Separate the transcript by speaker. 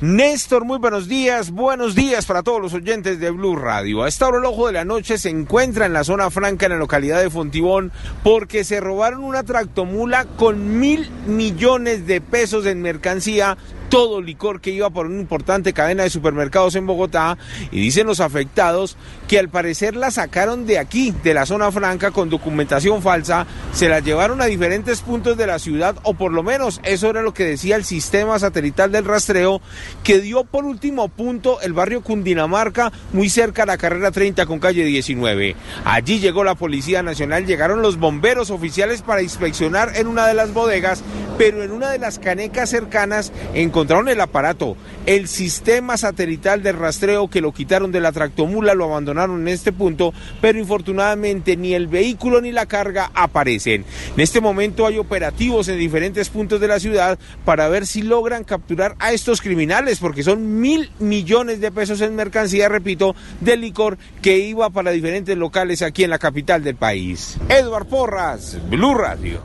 Speaker 1: Néstor, muy buenos días. Buenos días para todos los oyentes de Blue Radio. A esta hora el ojo de la noche se encuentra en la zona franca en la localidad de Fontibón porque se robaron una tractomula con mil millones de pesos en mercancía todo licor que iba por una importante cadena de supermercados en Bogotá y dicen los afectados que al parecer la sacaron de aquí, de la zona franca, con documentación falsa, se la llevaron a diferentes puntos de la ciudad o por lo menos eso era lo que decía el sistema satelital del rastreo que dio por último punto el barrio Cundinamarca muy cerca a la carrera 30 con calle 19. Allí llegó la Policía Nacional, llegaron los bomberos oficiales para inspeccionar en una de las bodegas, pero en una de las canecas cercanas encontraron encontraron el aparato, el sistema satelital de rastreo que lo quitaron de la tractomula, lo abandonaron en este punto, pero infortunadamente ni el vehículo ni la carga aparecen. En este momento hay operativos en diferentes puntos de la ciudad para ver si logran capturar a estos criminales, porque son mil millones de pesos en mercancía, repito, de licor que iba para diferentes locales aquí en la capital del país. Edward Porras, Blue Radio.